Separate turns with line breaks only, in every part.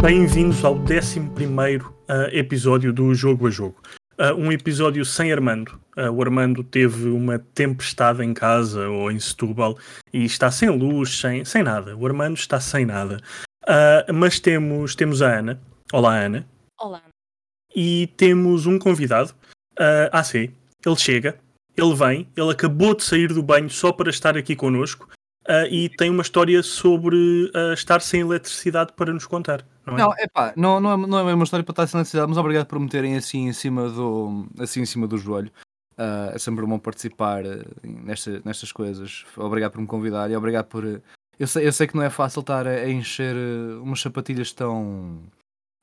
Bem-vindos ao 11 primeiro eh, episódio do Jogo a Jogo. Uh, um episódio sem Armando. Uh, o Armando teve uma tempestade em casa ou em Setúbal e está sem luz, sem, sem nada. O Armando está sem nada. Uh, mas temos, temos a Ana. Olá, Ana.
Olá.
E temos um convidado. Uh, ah, sim. Ele chega, ele vem, ele acabou de sair do banho só para estar aqui connosco. uh, e tem uma história sobre uh, estar sem eletricidade para nos contar, não é?
Não, epá, não, não, é, não é mesmo uma história para estar silenciado, mas obrigado por me terem assim em cima do, assim em cima do joelho. Ah, é sempre bom participar eh, nesta- nestas coisas. Obrigado por me convidar e obrigado por. eh, Eu sei, eu sei que não é fácil estar a, a encher eh, umas sapatilhas tão.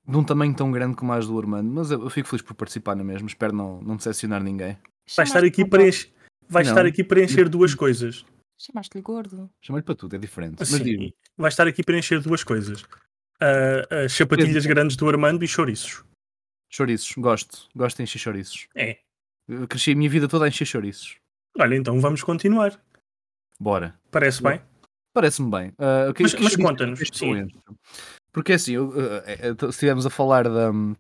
de um tamanho tão grande como as do Armando, mas eu, eu fico feliz por participar na mesma. Espero não, não decepcionar ninguém.
Vai estar aqui para encher, vai
Não.
estar aqui para encher duas coisas.
Chamaste-lhe gordo.
Chamei-lhe para tudo, é diferente. Mas diz-me,
Sim, vai estar aqui para encher duas coisas. Uh, as chapatilhas grandes do Armando e chouriços.
chouriços, gosto. Gosto de encher chouriços.
É.
Eu cresci a minha vida toda a encher chouriços.
Olha, então vamos continuar.
Bora.
Parece
Boa.
bem?
Parece-me bem. Ah, o que-
Mas-
que
mas
chouriços-
conta-nos,
que
sim.
chouriços? Porque assim, eu, ah, eh, eh, estivemos a falar de hum,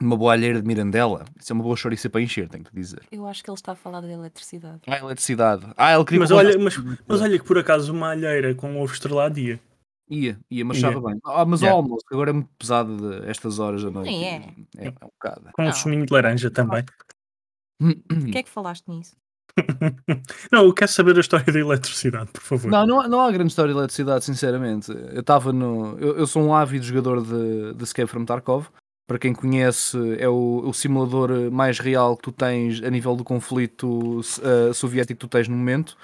uma boa alheira de Mirandela. Isso é uma boa chouriça para encher, tenho que dizer.
Eu acho que ele está a falar da eletricidade.
Ah, eletricidade. Ah, ele queria
Mas
que eu
olha,
contasse-
Mas olha que por acaso uma alheira com ovo estrelado ia.
Ia, ia, mas
Ia.
estava bem. Ah, mas
Yeah.
o almoço agora é muito pesado de- estas horas da noite.
Sim, é.
É, é um bocado.
Com um
Não.
suminho de laranja também.
Hum.
Por que é que falaste nisso?
Não, eu quero saber a história da eletricidade, por favor.
Não, não, há- não há grande história de eletricidade, sinceramente. Eu estava no. Eu, eu sou um ávido jogador de, de Escape from Tarkov. Para quem conhece, é o, o simulador mais real que tu tens a nível do conflito eh, soviético que tu tens no momento.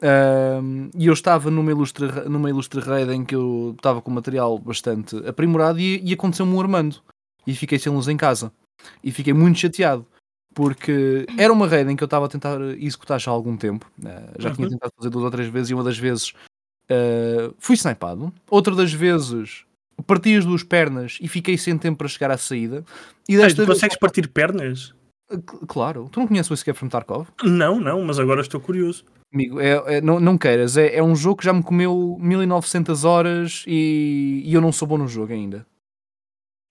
Ahm, e eu estava numa ilustre, ra- numa ilustre raid em que eu estava com material bastante aprimorado e, e aconteceu-me um Armando. E fiquei sem luz em casa. E fiquei muito chateado. Porque era uma raid em que eu estava a tentar executar já há algum tempo. Ah, já tinha
Uhum.
tentado fazer duas ou três vezes e uma das vezes ah, fui snipado. Outra das vezes parti as duas pernas e fiquei sem tempo para chegar à saída. E
Ei,
desta
tu
vez- Eh,
consegues partir pernas?
Cl- Claro, tu não conheces o Escape from Tarkov?
Não, não, mas agora estou curioso.
Amigo, é, é- não, não queiras, é, é um jogo que já me comeu 1900 horas e, e eu não sou bom no jogo ainda.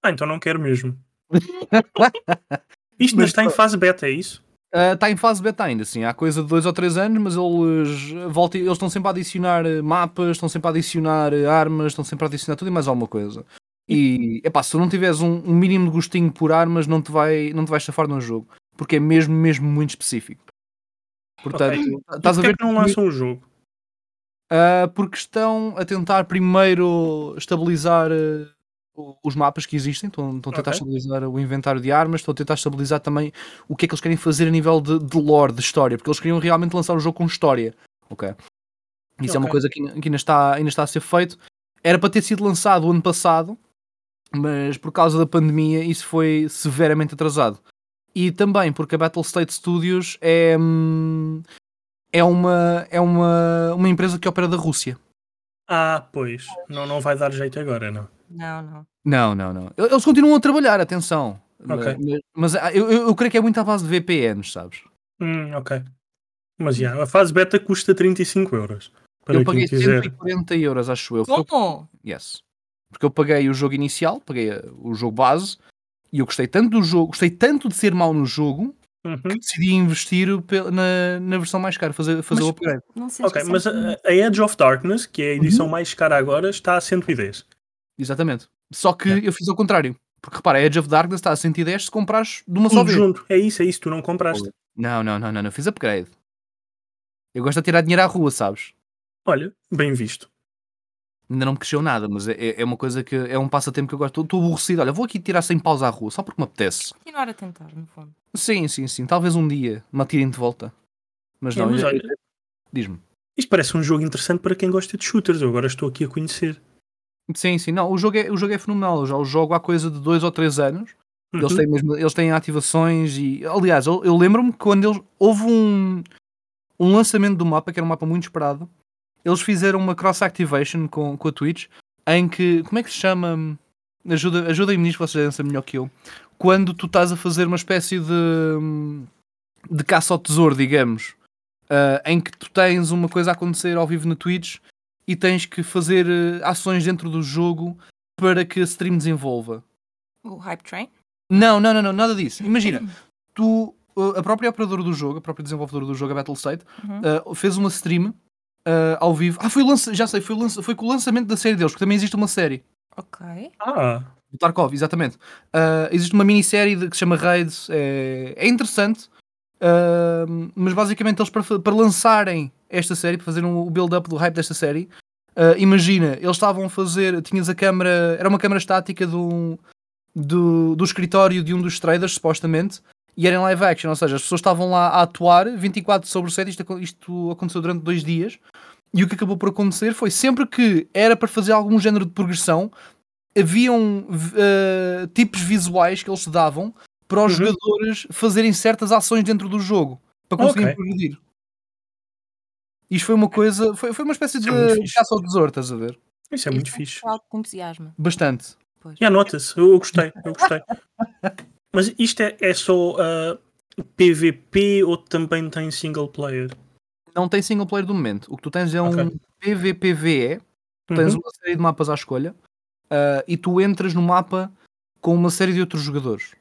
Ah, então não quero mesmo. Isto ainda
Mas
está em
pronto.
fase beta, é isso?
Está Eh, tá em fase beta ainda, sim, há coisa de 2 ou 3 anos, mas eles, eh, voltam, eles estão sempre a adicionar eh, mapas, estão sempre a adicionar eh, armas, estão sempre a adicionar tudo e mais alguma coisa. E, epá, se tu não tiveres um, um mínimo de gostinho por armas, não te, vai, não te vais safar no jogo, porque é mesmo, mesmo muito específico. Portanto, estás a
Porquê é
ver...
que não lançam o jogo?
Ah, porque estão a tentar primeiro estabilizar ah, o- os mapas que existem, estão, estão a tentar
Ok.
estabilizar o inventário de armas, estão a tentar estabilizar também o que é que eles querem fazer a nível de, de lore, de história, porque eles queriam realmente lançar o jogo com história. Ok. Isso é uma
Ok.
coisa que, ainda- que ainda, está, ainda está a ser feito. Era para ter sido lançado o ano passado, mas por causa da pandemia isso foi severamente atrasado. E também porque a Battle State Studios é, hum, é, uma, é uma, uma empresa que opera da Rússia.
Ah, pois. Não, não vai dar jeito agora, não.
Não, não.
Não, não, não. E- Eles continuam a trabalhar, atenção.
Ok.
Mas, mas, ah, eu, eu eu creio que é muito à base de VPNs, sabes?
Hum, ok. Mas já, a fase beta custa 35 euros. Para
eu
quem
paguei
quiser.
140 euros, acho eu. Porque,
Como?
eu. Yes. Porque eu paguei o jogo inicial, paguei eh, o jogo base, e eu gostei tanto do jogo, gostei tanto de ser mau no jogo, que
Uhum.
decidi investir pe- na, na versão mais cara, fazer, fazer
Mas-
o upgrade.
Não sei
Ok, mas eh, a, a Edge of Darkness, que é a edição mais cara agora, está a 110.
Exatamente. Só que
Yeah.
eu fiz ao contrário. Porque repara, Edge of Darkness está a 110 se comprares de uma só
Tudo
vez.
junto. É isso, é isso. Tu não compraste.
Não, não, não, não, não. Fiz upgrade. Eu gosto de tirar dinheiro à rua, sabes?
Olha, bem visto.
Ainda não me cresceu nada, mas é- é, é uma coisa que é um passatempo que eu gosto. Estou aborrecido. Olha, vou aqui tirar 100 paus à rua, só porque me apetece.
Continuar a tentar, no fundo.
Sim, sim, sim. Talvez um dia me atirem de volta. Mas
É,
não,
mas
eu-
olha,
diz-me.
isto parece um jogo interessante para quem gosta de shooters. Eu agora estou aqui a conhecer.
Sim, sim. Não, o jogo é, o jogo é fenomenal. Eu já o jogo há coisa de dois ou três anos. Eles,
Uhum.
têm mesmo, eles têm ativações e. Aliás, eu, eu lembro-me que quando eles. Houve um, um lançamento do mapa, que era um mapa muito esperado. Eles fizeram uma cross-activation com, com a Twitch, em que. Como é que se chama? Ajuda- Ajudem-me nisto, vocês devem saber melhor que eu. Quando tu estás a fazer uma espécie de. de caça ao tesouro, digamos. ah, em que tu tens uma coisa a acontecer ao vivo na Twitch e tens que fazer eh, ações dentro ah, do jogo para que a stream desenvolva.
O Hype Train?
Não, não, não, não nada disso. Imagina, tu, uh, a própria operadora do jogo, a própria desenvolvedora do jogo, a Battle State,
Uhum.
uh, fez uma stream uh, ao vivo. Ah, foi o lança, já sei, foi, o lança, foi com o lançamento da série deles, porque também existe uma série.
Ok.
Ah,
Do Tarkov, exatamente. Uh, existe uma minissérie de- que se chama Raids, é, é interessante, uh, mas basicamente eles para, fa- para lançarem esta série, para fazerem o build-up do hype desta série, uh, imagina, eles estavam a fazer, tinhas a câmara, era uma câmara estática do, do, do escritório de um dos traders, supostamente, e era em live action, ou seja, as pessoas estavam lá a atuar 24 sobre 7, isto, acon- isto aconteceu durante dois dias, e o que acabou por acontecer foi sempre que era para fazer algum género de progressão, haviam v- eh, tipos visuais que eles davam para os
Uhum.
jogadores fazerem certas ações dentro do jogo para conseguirem
Ok.
progredir. Isto foi uma coisa, foi, foi uma espécie de
Isso é muito fixe.
caça ao tesouro, estás a ver?
isso é muito
Isso
fixe.
Algo que entusiasma.
Bastante.
Pois.
E anota-se, eu eu gostei, eu gostei. Mas isto é, é só ah, PVP ou também tem single player?
Não tem single player do momento. O que tu tens é um
Ok.
PVPVE, tens um-
Uhum.
uma série de mapas à escolha ah, e tu entras no mapa com uma série de outros jogadores.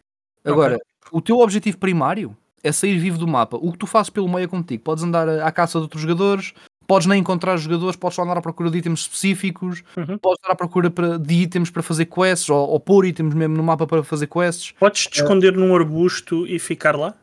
Agora, o teu objetivo primário é sair vivo do mapa. O que tu fazes pelo meio é contigo. Podes andar à à caça de outros jogadores, podes nem encontrar jogadores, podes só andar à procura de itens específicos,
Uhum.
podes estar à procura para- de itens para fazer quests ou, ou pôr itens mesmo no mapa para fazer quests.
Podes te esconder num arbusto e ficar lá?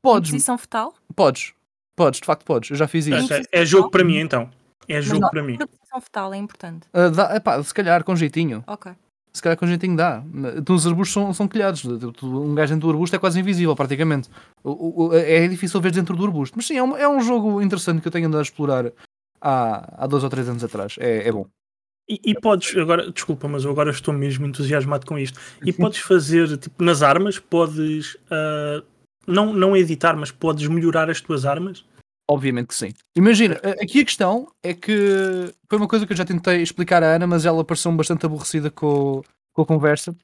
Podes,
Posição fetal?
podes, podes, de facto podes. Eu já fiz isso.
Sim.
Ah, sério, É jogo para mim então. É jogo
não.
para mim.
A posição fetal é importante.
Ah, dá- epá, se calhar com jeitinho.
Ok.
Se calhar com jeitinho dá. Então, Os arbustos são, são telhados. Tu- tu- Um gajo dentro do arbusto é quase invisível, praticamente. O- o- o- É difícil ver dentro do arbusto. Mas sim, é um, é um jogo interessante que eu tenho andado a explorar há, há dois ou três anos atrás. É, é bom.
E, e podes, agora, desculpa, mas eu agora estou mesmo entusiasmado com isto. E podes fazer, tipo, nas armas, podes ah, não, não editar, mas podes melhorar as tuas armas.
Obviamente que sim. Imagina, a- aqui a questão é que foi uma coisa que eu já tentei explicar à Ana, mas ela pareceu bastante aborrecida com, com a conversa.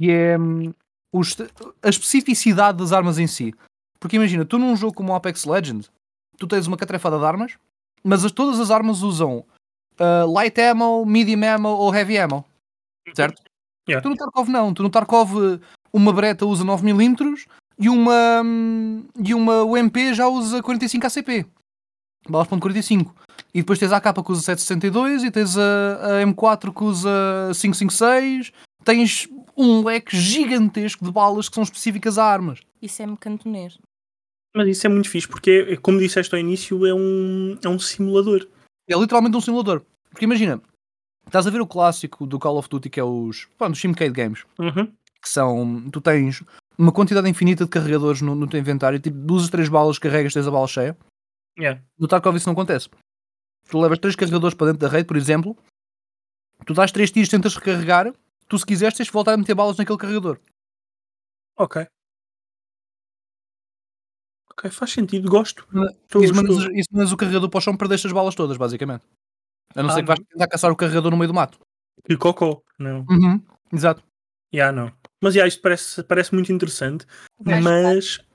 E é hum, os- a especificidade das armas em si. Porque imagina, tu num jogo como o Apex Legends, tu tens uma catrefada de armas, mas as- todas as armas usam ah, light ammo, medium ammo ou heavy ammo. Certo?
Yeah.
Tu no Tarkov não. Tu no Tarkov eh, uma bereta usa 9mm e uma, hum, e uma UMP já usa 45 ACP. Balas ponto 45. E depois tens a AK que usa 762 e tens a, a M4 que usa 556. Tens um leque gigantesco de balas que são específicas a armas.
Isso é-me cantonês.
Mas isso é muito fixe, porque, é- como disseste ao início, é um, é um simulador.
É literalmente um simulador. Porque imagina, estás a ver o clássico do Call of Duty que é os, pronto, os Simcade Games.
Uhum.
que são. Tu tens uma quantidade infinita de carregadores no, no teu inventário, tipo, duas, três balas, carregas, tens a bala cheia.
Yeah.
No Tarkov isso não acontece. Tu levas três carregadores para dentro da rede, por exemplo, tu dás três tiros, tentas recarregar, tu se quiseres tens de voltar a meter balas naquele carregador.
Ok. Ok, faz sentido, gosto.
Mas-
Estou-
isso,
estou-
mas, isso mas o carregador para o chão perdeste as balas todas, basicamente. A não
Ah,
ser que vais
não.
tentar caçar o carregador no meio do mato.
Que cocô. Não.
Exato.
Já não. Mas já, isto parece, parece muito interessante,
Vais-
mas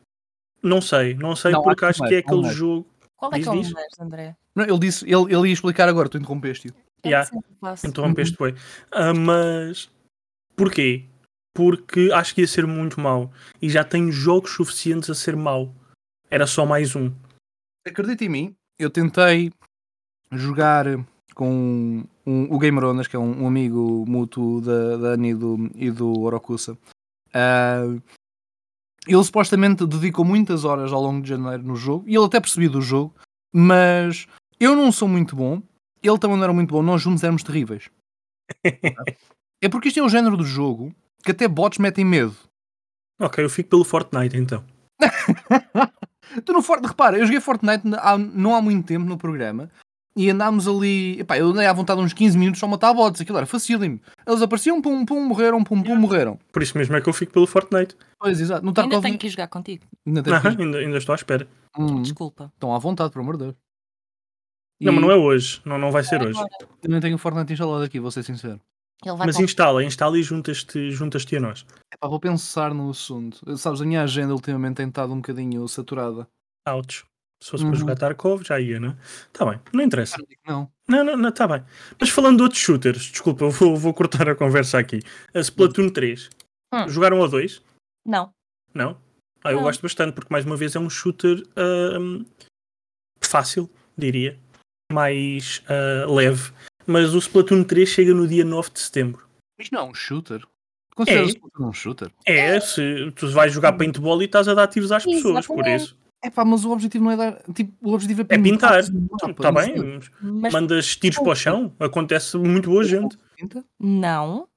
não sei, não sei
é Não,
porque
acho
acho
que
que é
vai, não
aquele
vai.
jogo.
Qual é
Diz,
que é o
diz.
número, André?
Não, ele, disse, ele, ele ia explicar agora, tu interrompeste-o.
É
Yeah. Então
sempre fácil.
Uhum.
Interrompeste, foi. Ah, mas porquê? Porque acho que ia ser muito mau. E já tenho jogos suficientes a ser mau. Era só mais um.
acredita em mim, eu tentei jogar com um- o Gamer Ondas, que é um, um amigo mútuo da, da Ana e do, e do Orocusa. Ah, ele supostamente dedicou muitas horas ao longo de janeiro no jogo, e ele até percebia do jogo, mas eu não sou muito bom, ele também não era muito bom, nós juntos éramos terríveis. é porque isto é um género do jogo que até bots metem medo.
Ok, eu fico pelo Fortnite então.
Tu no Fortnite, repara, eu joguei Fortnite n- há- não há muito tempo no programa e andámos ali, epá, eu andei à vontade uns 15 minutos só a matar bots, aquilo era facílimo. Eles apareciam, pum, pum, morreram, pum, pum, morreram.
Por isso mesmo é que eu fico pelo Fortnite.
Pois, exato. No
Ainda
Tarkov
tenho que ir jogar contigo.
ainda tens
Aham,
que-
ainda, ainda estou à espera.
Hum,
Desculpa.
estão à vontade, por amor de Deus.
Não,
E Ah,
mas não é hoje. Não, não vai ser hoje.
Agora,
Eu nem tenho o Fortnite instalado aqui, vou ser sincero.
Ele vai
Mas
para o-
instala, instala e juntas-te juntas a nós.
Epá, vou pensar no assunto. Sabes, a minha agenda ultimamente tem estado um bocadinho saturada.
Ouch. Se fosse para
Uhum.
jogar Tarkov, já ia, não é? Está bem, não interessa.
Não digo Não.
Não, não, não, está bem. Mas falando de outros shooters, desculpa, eu vou, vou cortar a conversa aqui. A Splatoon 3.
Hum.
Jogaram a dois?
Não.
Não? Ah, eu
Não.
gosto bastante, porque mais uma vez é um shooter ahm, fácil, diria. Mais ah, leve. Mas o Splatoon 3 chega no dia 9 de setembro.
Mas não é um shooter. Consideras é. um shooter?
É, se tu vais jogar paintball e estás a dar tiros às pessoas, por
Exatamente.
isso.
É pá, mas o objetivo não é dar. Tipo, o objetivo é
É pintar.
Ah,
Está
Está bem,
Mas
mandas tiros para o chão, acontece muito boa gente.
Pinta?
não.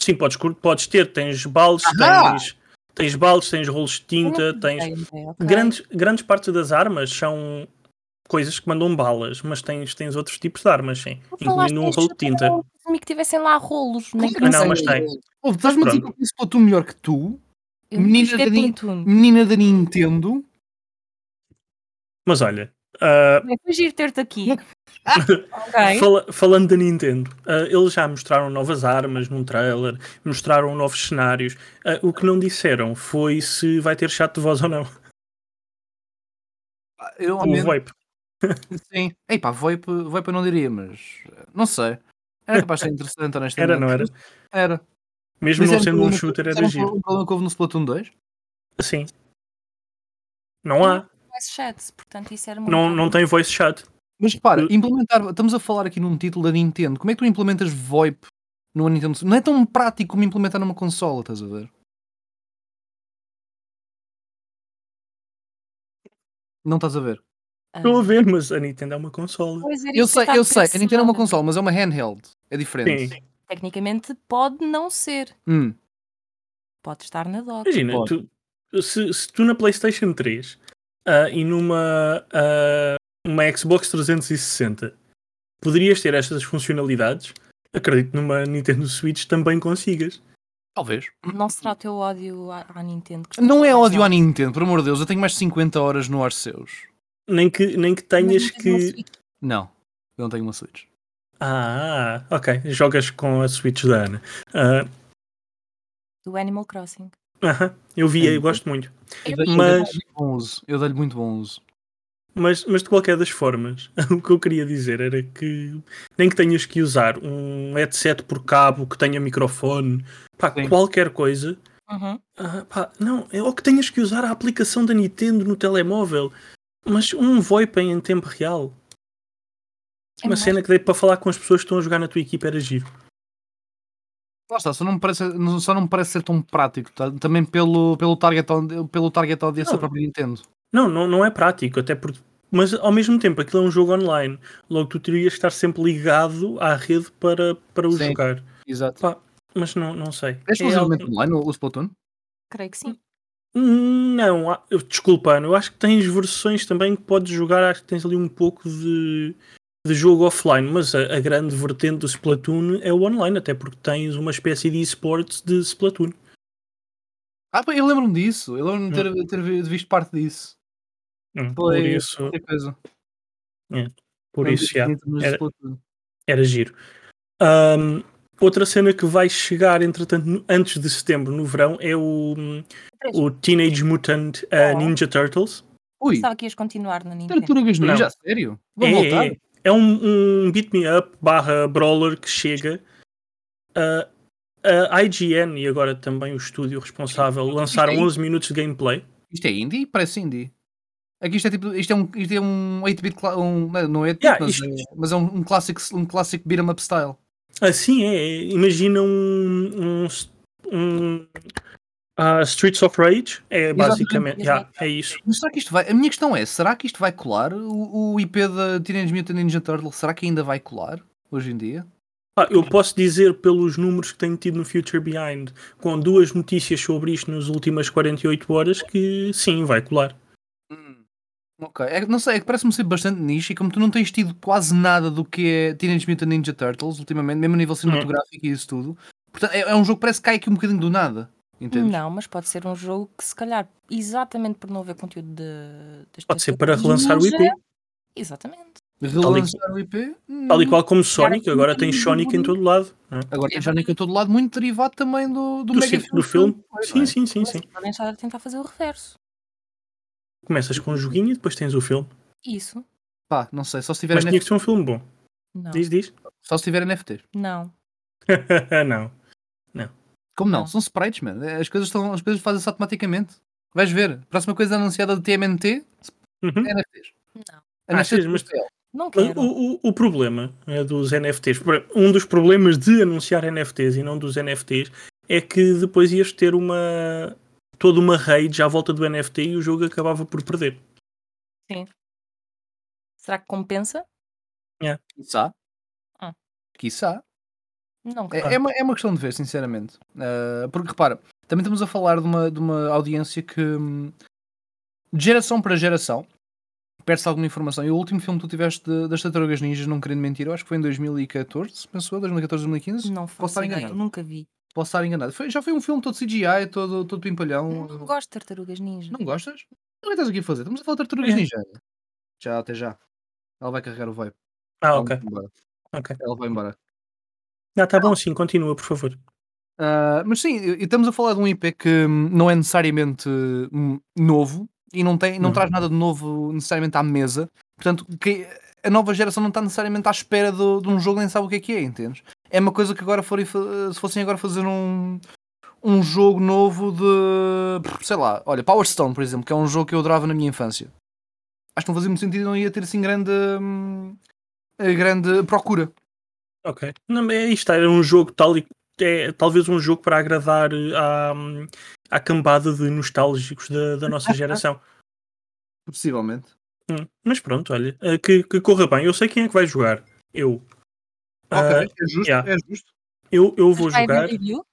Sim, podes, cur- podes ter, tens baldes,
Ahá!
tens, tens baldes, tens rolos de
é
tinta, tens.
Ok, ok.
Grandes, grandes partes das armas são coisas que mandam balas, mas tens, tens outros tipos de armas, sim.
Tu falaste
Incluindo um
deste
rolo de tinta.
chapéu, dizia-me que tivessem lá rolos. Não, é que
Ah, não,
sei.
mas tem.
Oh, estás-me a dizer que eu conheço Splatoon melhor que tu,
Eu
Menina
joguei
da Nin-
Platoon.
menina da Nintendo.
Mas olha, ah,
É fugir ter-te aqui. ok.
fala- falando da Nintendo, ah, eles já mostraram novas armas num trailer, mostraram novos cenários. Ah, o que não disseram foi se vai ter chat de voz ou não.
Pá, Eu, ao
O
menos,
VoIP.
sim. Ei pá, VoIP, VoIP eu não diria, mas. eh, Não sei. Era capaz de ser interessante, honestamente.
Era, não era?
Era.
Mesmo
Mas
não
era
sendo um
problema-
shooter,
era
era
um
giro.
problema- um problema que houve no Splatoon 2?
Sim. Não há.
Voice chat, portanto isso era muito.
Não, não tem voice chat.
Mas repara,
Eu-
implementar. Estamos a falar aqui num título da Nintendo. Como é que tu implementas VoIP numa Nintendo? Switch? Não é tão prático como implementar numa consola, estás a ver? Não estás a ver?
Ah,
Estou a ver, mas a Nintendo é uma consola.
pois era
Eu
isso que
sei,
estava
eu sei. A Nintendo é uma
pensar.
consola, mas é uma handheld. É diferente.
Sim.
Tecnicamente pode não ser.
Hum,
Pode estar na dock.
Imagina,
Pode.
tu- se, se tu na PlayStation 3 ah, e numa ah, uma Xbox 360 poderias ter estas funcionalidades, acredito que numa Nintendo Switch também consigas.
talvez.
Não será o teu ódio à, à Nintendo? que
Não é
está
ódio à
mais
Nintendo, por amor de Deus. Eu tenho mais de 50 horas no Arceus.
Nem que, nem que
alto?
tenhas
Mas não tens uma
que.
Switch.
Não, eu não tenho uma Switch.
Ah, ok. Jogas com a Switch da Ana. Ah,
Do Animal Crossing. Uhum.
aham, eu vi, eu gosto muito.
Eu dei- eu
Mas-
dei-lhe muito bom uso. Eu dei-lhe muito bom uso.
Mas, mas de qualquer das formas, o que eu queria dizer era que nem que tenhas que usar um headset por cabo que tenha microfone, pá,
Sim.
qualquer coisa,
Uhum.
ah, pá, não, é ou que tenhas que usar a aplicação da Nintendo no telemóvel, mas um VoIP em tempo real,
É
uma
mais-
cena que dê para falar com as pessoas que estão a jogar na tua equipa era giro.
Lá está, só não me parece, não- só não me parece ser tão prático. tá? Também pelo, pelo target, aud- pelo target audience da
Não.
própria Nintendo.
Não, não, não é prático, até porque. Mas ao mesmo tempo, aquilo é um jogo online, logo tu terias que estar sempre ligado à rede para, para o
Sim.
jogar.
Exato.
Mas não, não sei.
É
É algo-
exclusivamente online o o Splatoon?
Creio que sim.
Não, há- eu- desculpa, Ana, eu acho que tens versões também que podes jogar, acho que tens ali um pouco de, de jogo offline, mas a, a grande vertente do Splatoon é o online, até porque tens uma espécie de esportes de Splatoon.
Ah, pá, eu lembro-me disso. Eu lembro-me de ter, ter vi- visto parte disso.
Hum. Por
Foi
isso,
qualquer coisa.
por
Não
isso
vi
já,
muito, mas
Era-
Splatoon.
era giro. Ahm, outra cena que vai chegar, entretanto, no- antes de setembro, no verão, é o, o Teenage Mutant eh,
Oh.
Ninja Turtles.
Ui,
Pensava que ias continuar na Nintendo.
Tartarugas
Não.
Ninja, a sério? Vou
É,
voltar?
é, é. É um, um beat me up barra brawler que chega a a IGN e agora também o estúdio responsável lançaram
Sim.
11 minutos de gameplay.
Isto é indie? Parece indie. Aqui isto é tipo, isto é um, isto é um 8-bit, cla- um, não não é 8-bit,
Yeah,
mas,
isto-
é, mas é um, um clássico um classic beat'em up style.
Assim é, é, imagina um, um, um, ah, Streets of Rage, é basicamente, yeah, é isso.
Mas será que isto vai. A minha questão é: será que isto vai colar? O, o IP da Teenage Mutant Ninja Turtle, será que ainda vai colar hoje em dia?
Ah, eu posso dizer pelos números que tenho tido no Future Behind, com duas notícias sobre isto nas últimas 48 horas, que sim, vai colar. Hum.
Ok. É que- não sei, é que parece-me ser bastante nicho e como tu não tens tido quase nada do que é Teenage Mutant Ninja Turtles ultimamente, mesmo a
Hum.
nível cinematográfico e isso tudo, portanto, é, é um jogo que parece que cai aqui um bocadinho do nada. Entendes?
Não, mas pode ser um jogo que se calhar, exatamente por não haver conteúdo de, das
Pode ser
tartarugas
para relançar o
ninja-
IP.
Exatamente.
Relançar o IP? hum,
Tal e qual como
Chegar
Sonic,
aqui um
agora tem
bocadinho
Sonic em
bonito.
todo lado. não é?
Agora tem Sonic em todo lado, muito derivado também do, do,
Do,
mega
ci- do filme?
Pois, não
Sim, sim,
é?
sim,
Mas
sim.
Podem estar a tentar fazer o reverso.
Começas com um joguinho e depois tens o filme.
Isso?
Pá, não sei, só se tiver,
Mas tinha
NF...
que ser um filme bom.
Não.
Diz, diz.
só se tiver NFTs.
Não.
não.
Como não?
Não.
São sprites, mano. As coisas, estão- as coisas fazem-se automaticamente. Vais ver. Próxima coisa anunciada de TMNT
Uhum.
é NFTs.
Não.
Achas,
NFTs
mas-
papel.
Não
Mas
quero.
O, o, o problema é, dos NFTs, por- um dos problemas de anunciar NFTs e não dos NFTs é que depois ias ter uma toda uma rage à volta do NFT e o jogo acabava por perder.
Será que compensa?
Quiçá.
Ah.
Quiçá.
Não quero.
É, é uma, é uma questão de ver, sinceramente. Ah, porque repara, também estamos a falar de uma, de uma audiência que, hum, de geração para geração, perde-se alguma informação. E o último filme que tu tiveste de- das Tartarugas Ninjas, não querendo mentir, eu acho que foi em 2014, pensou? 2014, 2015?
Não
Posso estar
faço ideia,
enganado.
nunca vi.
Posso estar enganado. Foi- já foi um filme todo CGI, todo, todo pimpalhão.
Não gosto de tartarugas ninja.
Não gostas? Então O que estás aqui a fazer? Estamos a falar de Tartarugas
É.
Ninja. Já, até já. Ela vai carregar o vibe.
Ah,
Ela
ok.
vai embora.
Ok.
Ela vai embora.
Ah, tá bom, sim, continua, por favor.
Ah, mas sim, e- e estamos a falar de um IP que hum, não é necessariamente hum, novo e não, tem, não
Não.
traz nada de novo necessariamente à mesa. Portanto, que a nova geração não está necessariamente à espera do- de um jogo, nem sabe o que é que é, entendes? É uma coisa que agora forem, fa- se fossem agora fazer um, um jogo novo de sei lá, olha, Power Stone, por exemplo, que é um jogo que eu adorava na minha infância. Acho que não fazia muito sentido não ia ter assim grande, hum, grande procura.
Ok. Não, mas é isto, era um jogo tal e é talvez um jogo para agradar eh, à, à cambada de nostálgicos da, da nossa geração.
Possivelmente.
Hum, Mas pronto, olha, eh, que, que corra bem. Eu sei quem é que vai jogar. Eu. Ah,
ok, é justo,
yeah.
é justo.
eu, eu vou
Mas vai haver
jogar.
review?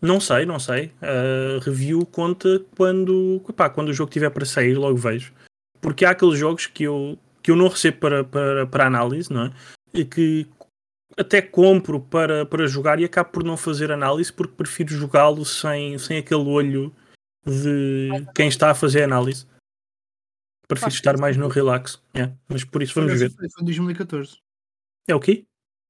Não sei, não sei. A review conta quando, pá, quando o jogo estiver para sair, logo vejo. Porque há aqueles jogos que eu, que eu não recebo para, para, para análise, não é? E que até compro para, para jogar e acabo por não fazer análise porque prefiro jogá-lo sem, sem aquele olho de quem está a fazer análise. Prefiro
Faz
estar
sentido.
mais no relax. É, mas por isso vamos
Essa
ver.
Foi foi em 2014.
É o quê?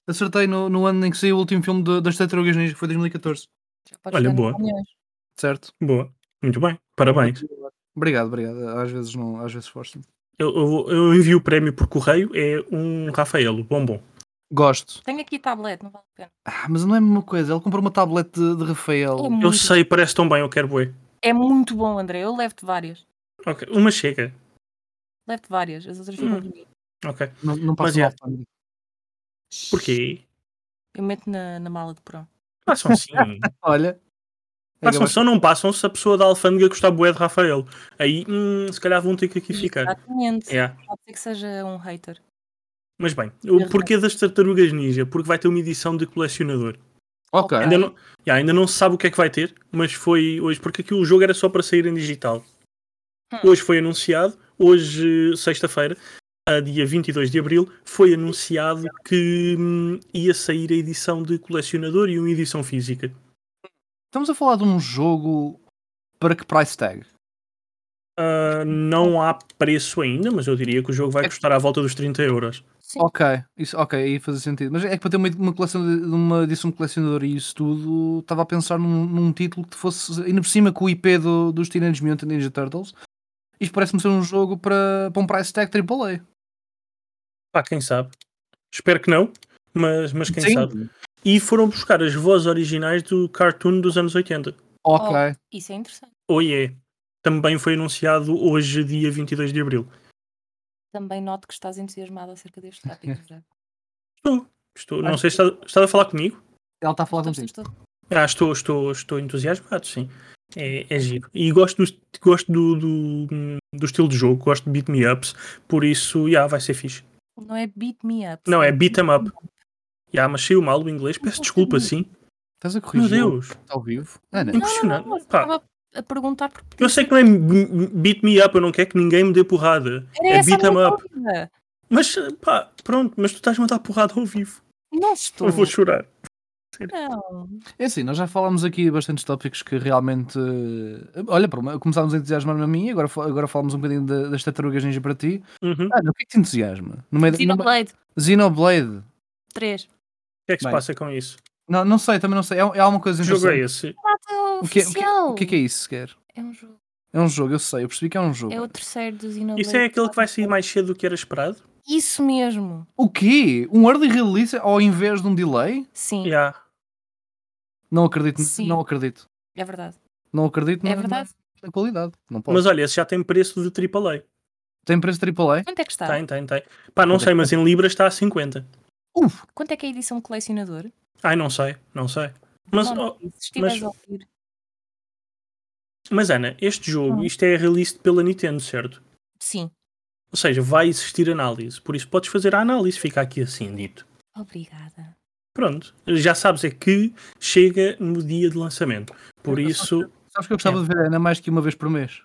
Acertei no, no ano em que saiu o último filme de- das Tartarugas Ninja, que foi 2014.
Já podes
Olha,
jogar em
boa.
reuniões.
Certo?
Boa. Muito Tá bem. Parabéns.
Obrigado, obrigado. Às vezes não, às vezes forço-me.
Eu, eu vou- eu envio o prémio por correio. É um Rafael, o bombom.
Gosto.
Tenho aqui tablet, não vale a pena.
Ah, mas não é a mesma coisa. Ele comprou uma tablet de, de Rafael.
É
Eu
muito,
sei, parece tão bem, eu quero bué.
é muito bom, André. Eu levo-te várias.
Ok, uma chega.
Levo-te várias. As outras ficam
Hum.
de mim.
Ok.
Não, não
Mas
passa
é.
mal. tá? Fábio.
Porquê?
Eu meto na, na mala de porão.
Passam sim.
Olha. É
passam
capaz-
se ou não passam se a pessoa da alfândega gostar bué de Rafael. Aí, hum, se calhar vão ter que aqui ficar. É.
Exatamente.
Yeah.
Pode ser que seja um hater.
Mas bem, o
Verdade.
porquê das tartarugas ninja? Porque vai ter uma edição de colecionador.
Ok.
Ainda não, yeah, ainda não se sabe o que é que vai ter, mas foi hoje, porque aqui o jogo era só para sair em digital.
Hum.
Hoje foi anunciado, hoje, eh, sexta-feira, a dia 22 de abril, foi anunciado que hum, ia sair a edição de colecionador e uma edição física.
Estamos a falar de um jogo para que price tag?
Ah, não há preço ainda, mas eu diria que o jogo vai
É-
custar à volta dos 30 euros.
Sim.
Ok, isso, ok, aí faz sentido. Mas é que para ter uma, uma, coleção de, uma edição de um colecionador e isso tudo, estava a pensar num, num título que fosse, ainda por cima com o IP do, dos Teenage Mutant Ninja Turtles. Isto parece-me ser um jogo para, para um price tag AAA.
Pá, quem sabe? Espero que não, mas, mas quem
Sim.
sabe. E foram buscar as vozes originais do cartoon dos anos 80.
Ok,
Isso é interessante.
Oi é. Também foi anunciado hoje, dia 22 de abril.
Também noto que estás entusiasmado acerca deste tópico, André.
Estou, não
Acho
sei se está, está a falar comigo.
ela está tá a falar um
Estamos
contigo.
todos-
Ah, estou, estou, estou entusiasmado, sim. É, é giro. E gosto, do, gosto do, do, do estilo de jogo, gosto de beat me ups, por isso, yeah, vai ser fixe.
Não é beat me up.
Não,
sim.
é beat 'em up. Yeah, mas saiu mal o inglês, peço desculpa, sim.
Estás a
Meu
corrigir
Deus,
ao vivo? É, né? Ana,
Não,
impressionante.
não, não, eu
Pá.
Estava a perguntar porque
eu sei que não é m- beat me up, eu não quero que ninguém me dê porrada.
Era
é
essa a
beat 'em
minha
up.
dúvida.
Mas pá, pronto, mas tu estás-me a dar porrada ao vivo.
Não estou.
Eu vou chorar.
Não.
é assim, nós já falámos aqui bastantes tópicos que realmente. eh, Olha, por uma- começámos a entusiasmar-me a mim, agora, fa- agora falámos um bocadinho da- das tartarugas ninja para ti.
Uhum. O
Ana, o que é que te entusiasma? No meio, no, meio-
Xenoblade
Xenoblade.
3.
que é que se
Bem.
passa com isso?
Não, não sei, também não sei. É, é alguma coisa
Que jogo é
interessante.
esse?
Data
O que, é- o que, é-
oficial.
o que é que é isso sequer?
é um jogo.
É um jogo, eu sei, eu percebi que é um jogo.
É o terceiro do Xenoblade.
Isso é aquele que vai sair mais cedo do que era esperado?
Isso mesmo.
O quê? Um early release ao invés de um delay?
Sim,
Yeah.
Não acredito,
Sim.
não acredito.
é verdade.
Não acredito
É
na-
verdade.
na qualidade. Não pode.
Mas olha, esse já tem preço de AAA.
Tem preço AAA?
Quanto é que está?
Tem, tem, tem. Pá,
é
não sei, mas em Libras está a 50.
Uf,
Quanto é que é a edição de colecionador?
Ai, não sei, não sei. Mas,
Bom,
oh,
se estiveres
mas-
a ouvir.
mas Ana, este jogo,
Hum.
isto é released pela Nintendo, certo?
Sim,
Ou seja, vai existir análise. Por isso podes fazer a análise, fica aqui assim dito.
obrigada.
Pronto, já sabes é que chega no dia de lançamento. Por
Eu
isso,
sabes que eu
É.
gostava de ver a Ana mais que uma vez por mês.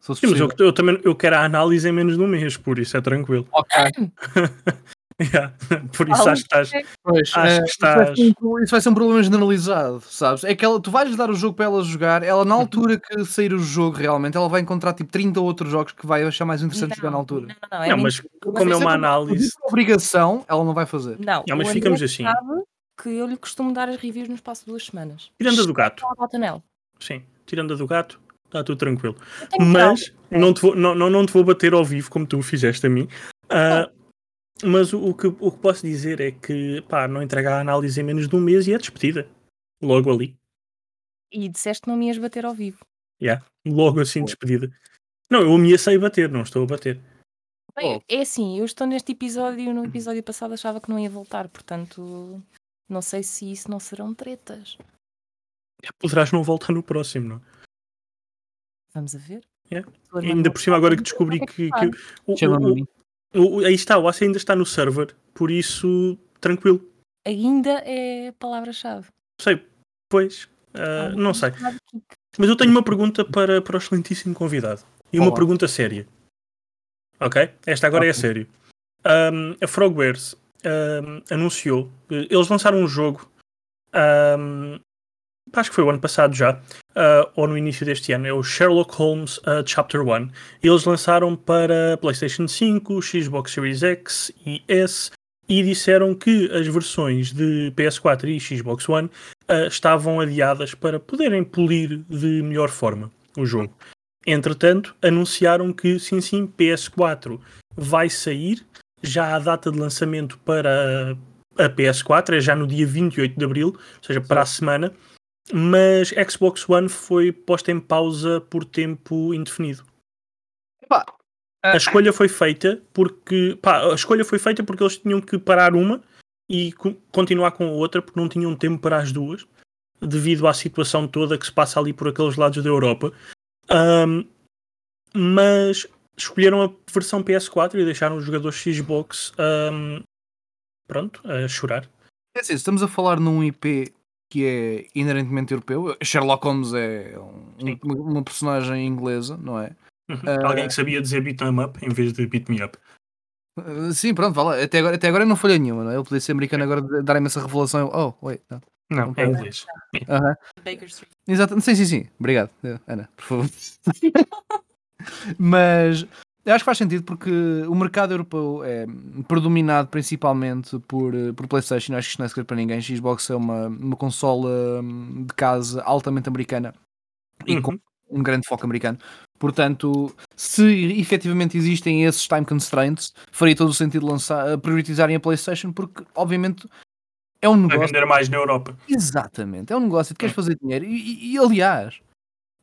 Se fosse
Sim, mas eu,
possível.
eu também eu quero a análise em menos de um mês, por isso é tranquilo.
Ok,
Yeah. Por isso
Ah,
acho que estás.
pois,
Acho
eh,
que
isso vai ser
estás-
um pro- Isso vai ser um problema generalizado, sabes? É que ela, tu vais dar o jogo para ela jogar, ela
Uhum.
na altura que sair o jogo realmente, ela vai encontrar tipo 30 outros jogos que vai achar mais interessante jogar na
Não,
altura.
não, não. É
Não,
menos-
mas como é
isso é
uma
como-
análise.
Por obrigação, ela não vai fazer.
não,
Não, mas
o
ficamos
André
assim.
sabe que eu lhe costumo dar as reviews no espaço de duas semanas.
Tirando a do gato,
Não há volta nela.
sim. Tirando a do gato, está tudo tranquilo.
Eu tenho trauma.
Mas não te, vou, não, não, não te vou bater ao vivo como tu fizeste a mim. Ah, mas o, o que, o que posso dizer é que pá, não entrega a análise em menos de um mês e é despedida. Logo ali.
E disseste que não me ias bater ao vivo.
Logo assim despedida. Não, eu ameacei bater, não estou a bater.
Bem,
Oh.
É assim, eu estou neste episódio e no episódio passado achava que não ia voltar, portanto, não sei se isso não serão tretas.
Poderás não voltar no próximo, não?
Vamos a ver.
É.
Sua irmã
Ainda
não
por cima, agora que
volta,
descobri
mas
que,
é claro.
que o,
Chama-me a mim.
o- o- o- aí está, o AC ainda está no server, por isso, tranquilo.
Ainda é a palavra-chave.
Sei, pois, ah,
Há
não
um
sei.
bocado que-
Mas eu tenho uma pergunta para, para o excelentíssimo convidado. E uma
Olá.
pergunta séria. Ok? Esta agora é a
Ok.
sério. Ahm, a Frogwares ahm, anunciou. eh, Eles lançaram um jogo. ahm, acho que foi o ano passado já. ah, ou no início deste ano. É o Sherlock Holmes ah, Chapter 1. Eles lançaram para PlayStation 5, Xbox Series X e S. E disseram que as versões de PS4 e Xbox One ah, estavam adiadas para poderem polir de melhor forma o jogo. Entretanto, anunciaram que sim, sim, PS4 vai sair. Já a data de lançamento para a PS4 é já no dia 28 de abril, ou seja, para a semana. Mas Xbox One foi posta em pausa por tempo indefinido.
Epá,
A escolha foi feita porque pá, a escolha foi feita porque eles tinham que parar uma e co- continuar com a outra porque não tinham tempo para as duas devido à situação toda que se passa ali por aqueles lados da Europa. Ahm, mas escolheram a versão PS4 e deixaram os jogadores Xbox ahm, pronto, a chorar.
É assim, estamos a falar num IP que é inerentemente europeu. Sherlock Holmes é um-
Sim.
um- uma personagem inglesa, não é? Ah.
Uhum. Alguém que sabia dizer beat 'em up em vez de beat me up.
Uh, Sim, pronto, vá lá. Até agora, até agora não falhei nenhuma, não é? Ele podia ser americano agora de- dar imensa revelação. eu, Oh, wait, não.
Não, é
é.
inglês.
Aham.
Baker Street.
Exato, sim, sim, sim. Obrigado, eh, Ana, por favor. Mas eu acho que faz sentido porque o mercado europeu é predominado principalmente por, eh, por PlayStation. Acho que isto não é segredo para ninguém. Xbox é uma, uma consola hum, de casa altamente americana e com
Uhum.
um grande foco americano. Portanto, se efetivamente existem esses time constraints, faria todo o sentido lançar, eh, prioritizarem a PlayStation porque, obviamente, é um
Vai
negócio.
vender mais na Europa.
Exatamente, é um negócio, tu queres
Hum.
fazer dinheiro. E, e- e, aliás,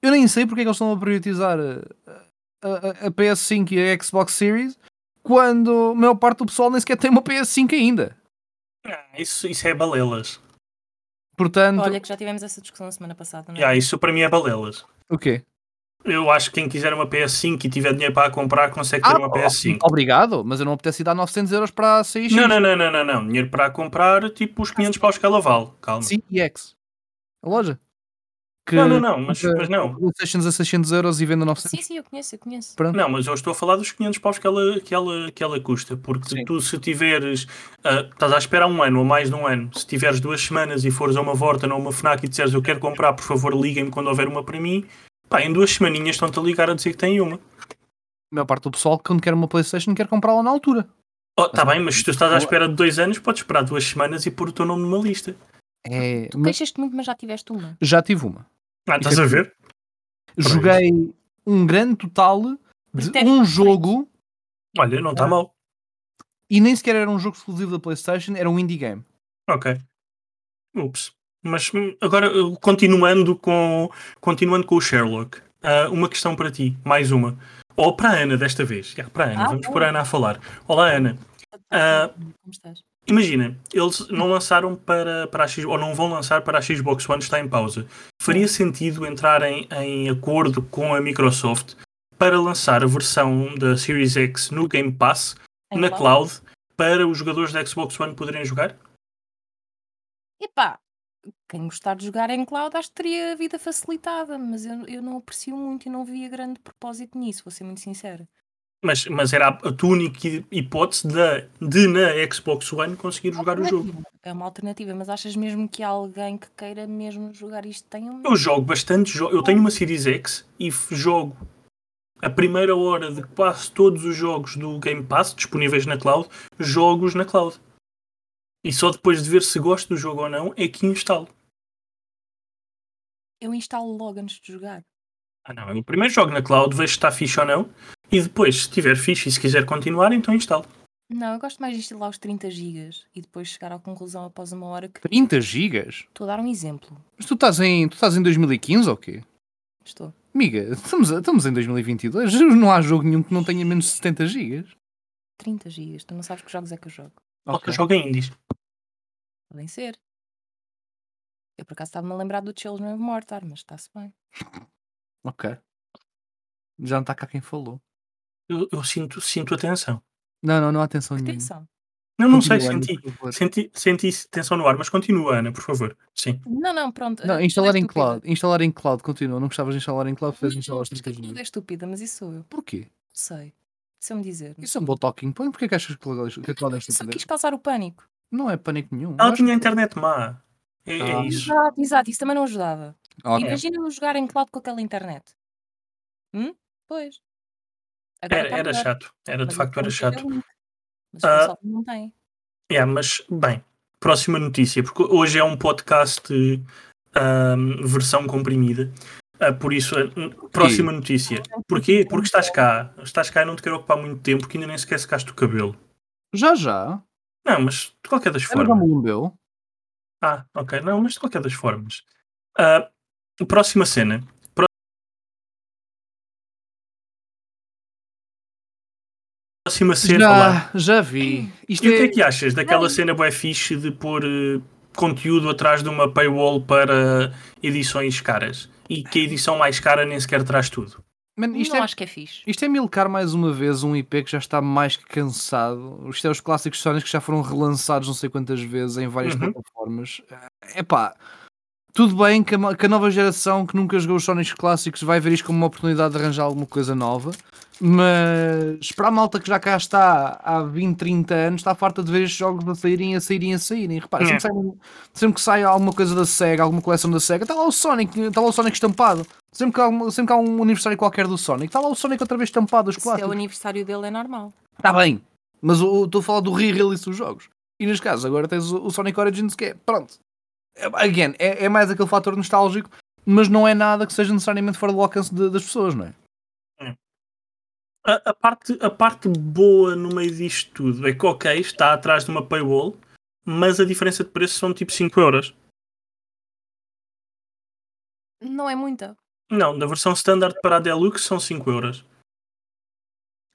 eu nem sei porque é que eles estão a prioritizar a, a- a PS5 e a Xbox Series quando a maior parte do pessoal nem sequer tem uma PS5 ainda.
Ah, isso, isso é balelas.
Portanto,
Olha, que já tivemos essa discussão na semana passada, não é?
Yeah, isso para mim é balelas.
o quê?
Eu acho que quem quiser uma PS5 e tiver dinheiro para a comprar consegue ter
Ah,
uma PS5.
Obrigado, mas eu não apetece dar 900 euros para a CX
Não, não, não, não, não, não. Dinheiro para a comprar, tipo os 500 paus que ela vale. Calma.
CEX. A loja. Que
Não, não, não, mas, mas não.
PlayStations a 600 euros e vende a 900.
Sim, sim, eu conheço, eu conheço.
Pronto.
Não, mas eu estou a falar dos 500 paus que ela, que ela, que ela custa. Porque
Sim.
tu, se tiveres. ah, estás à espera há um ano ou mais de um ano. Se tiveres duas semanas e fores a uma Vorta ou uma Fnac e disseres eu quero comprar, por favor, liguem-me quando houver uma para mim. Pá, em duas semaninhas estão-te a ligar a dizer que têm uma.
A maior parte do pessoal, quando quer uma PlayStation, quer comprá-la na altura.
Oh, tá bem, mas se tu estás à espera de dois anos, podes esperar duas semanas e pôr o teu nome numa lista.
É,
Tu queixas-te muito, mas já tiveste uma.
já tive uma.
Ah, estás a ver?
Joguei um grande total de
Critério
um
perfeito.
jogo
Olha, não
É.
está mal.
e nem sequer era um jogo exclusivo da PlayStation, era um indie game.
Ok. Ups. Mas hum, agora eu, continuando com, continuando com o Sherlock, ah, uma questão para ti, mais uma. Ou para a Ana desta vez. Já, para a Ana,
Ah,
vamos
boa.
pôr a Ana a falar. Olá Ana. Ah.
Como estás?
Imagina, eles não lançaram para, para a X, ou não vão lançar para a Xbox One, está em pausa. Faria sentido entrarem em acordo com a Microsoft para lançar a versão da Series X no Game Pass,
Em
na
qual?
cloud, para os jogadores da Xbox One poderem jogar?
Epá, quem gostar de jogar em cloud acho que teria a vida facilitada, mas eu, eu não aprecio muito e não via grande propósito nisso, vou ser muito sincera.
Mas, mas era a tua única hipótese de, de na Xbox One conseguir jogar o jogo.
Alternativa, É uma alternativa, mas achas mesmo que alguém que queira mesmo jogar isto tem um.
Eu jogo bastante, jo- eu tenho uma Series X e f- jogo a primeira hora de quase todos os jogos do Game Pass disponíveis na cloud, jogos na cloud. E só depois de ver se gosto do jogo ou não é que instalo.
Eu instalo logo antes de jogar.
Ah não, eu primeiro jogo na cloud, vejo se está fixe ou não, e depois, se tiver fixe e se quiser continuar, então instalo.
Não, eu gosto mais de instalar os 30 gigas e depois chegar à conclusão após uma hora que.
30 gigas?
Estou a dar um exemplo.
Mas tu estás em, tu estás em 2015 ou quê?
Estou.
Amiga, estamos, estamos em 2022, não há jogo nenhum que não tenha menos de 70 gigas.
30 gigas, tu não sabes que jogos é que eu jogo.
Okay. Jogo em indies.
Podem ser. Eu por acaso estava-me a lembrar do Children of Mortar, mas está-se bem.
ok. Já não está cá quem falou.
Eu, eu sinto, sinto a tensão.
Não, não, não há atenção
Hum.
Que
nenhuma.
tensão.
Não, não sei,
Continua, Ana,
senti,
por favor.
senti, senti tensão no ar, mas continua, Ana, por favor. Sim.
Não, não, pronto.
Não,
eh,
instalar
tudo é
em
estúpido.
cloud. Instalar em cloud, continua. Não gostavas de instalar em cloud,
Não,
fez instalar os
mas
30
que tudo é
gigas.
estúpida, mas isso sou eu. Não
Porquê?
sei. Se eu me dizer.
Isso é um bom talking point. Porquê que achas que cloud é- que a cloud é
Só
estúpida?
quis causar o pânico.
Não é pânico nenhum.
Ela
Acho-
tinha a internet má. É, é
Ah.
isso.
Exato, exato. Isso também não ajudava.
Ah, ok.
Imagina-me jogar em cloud com aquela internet. Hum? Pois. Agora
Era,
tá
era
melhor,
chato, era de
mas o
facto era
Chromecast é
chato.
único. Mas
Ah.
o pessoal não tem.
É, mas bem, próxima notícia, porque hoje é um podcast eh, ahm, versão comprimida, ah, por isso, eh, próxima notícia. Porquê? Porque estás cá, estás cá e não te quero ocupar muito tempo, que ainda nem sequer secaste o cabelo.
Já, já.
Não, mas de qualquer das
Era
formas.
como um meu.
Ah, ok, não, mas de qualquer das formas. Ah, próxima cena. Pró- Próxima cena. Olá.
Já, já vi. Isto
E o que
é,
é que achas daquela
Não.
cena bué fixe de pôr eh, conteúdo atrás de uma paywall para edições caras? E que a edição mais cara nem sequer traz tudo.
Mano, isto
não
é,
acho que é fixe.
isto é milcar mais uma vez um IP que já está mais que cansado. Isto é os clássicos Sonic que já foram relançados não sei quantas vezes em várias
Uhum.
plataformas. É pá. Tudo bem que a, ma- que a nova geração que nunca jogou os Sonics clássicos vai ver isto como uma oportunidade de arranjar alguma coisa nova, mas para a malta que já cá está há 20, 30 anos, está farta de ver estes jogos a saírem, a saírem, a saírem. Repara, sempre
Yeah.
que sai um- sempre que sai alguma coisa da SEGA, alguma coleção da SEGA, está lá o Sonic, está lá o Sonic estampado. Sempre que, há, um- sempre que há um aniversário qualquer do Sonic, está lá o Sonic outra vez estampado, os
Se é o
clássicos.
aniversário dele, é normal.
Está bem, mas eu- eu estou a falar do re-release dos jogos. E neste caso, agora tens o, o Sonic Origins que é, pronto. É- Again, é, é mais aquele fator nostálgico, mas não é nada que seja necessariamente fora do alcance de- das pessoas, não é?
A, a parte, a parte boa no meio disto tudo é que, ok, está atrás de uma paywall, mas a diferença de preço são tipo 5 euros.
Não é muita.
Não, da versão standard para a Deluxe são 5 euros.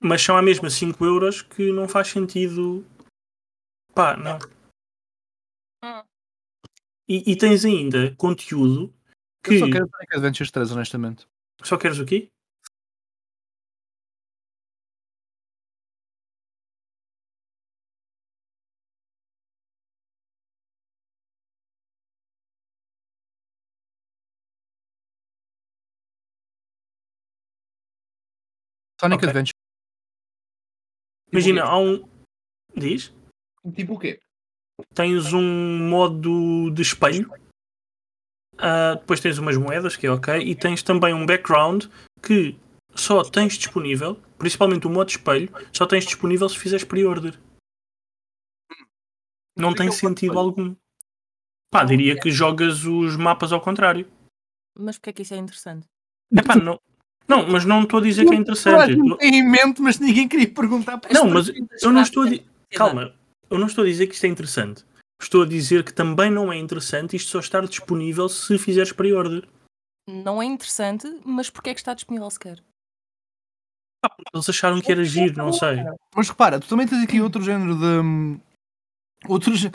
Mas são à mesma 5 euros que não faz sentido. Pá, não.
Hum.
E, e tens ainda conteúdo que.
Eu só quero Sonic Adventures 3, honestamente.
Só queres o quê?
Sonic
Ok.
Adventures.
Imagina, há um. Diz?
Tipo o quê?
Tens um modo de espelho. Ah, depois tens umas moedas, que é ok. E tens também um background que só tens disponível, principalmente o modo espelho, só tens disponível se fizeres pre-order. Não
O que
tem
é que é o modo
sentido
espelho?
algum. Pá, diria que jogas os mapas ao contrário.
Mas porque é que isso é interessante?
Epá, não, Não, mas não estou a dizer que é interessante. Eu tô-
Tem em mente, mas ninguém queria perguntar. para
Não,
esta
mas
gente.
eu não estou a di- Calma, eu não estou a dizer que isto é interessante. Estou a dizer que também não é interessante isto só estar disponível se fizeres pre-order.
Não é interessante, mas porque é que está disponível sequer?
Eles acharam que era giro, não sei.
Mas repara, tu também tens aqui outro género de. hum, Outro, gé-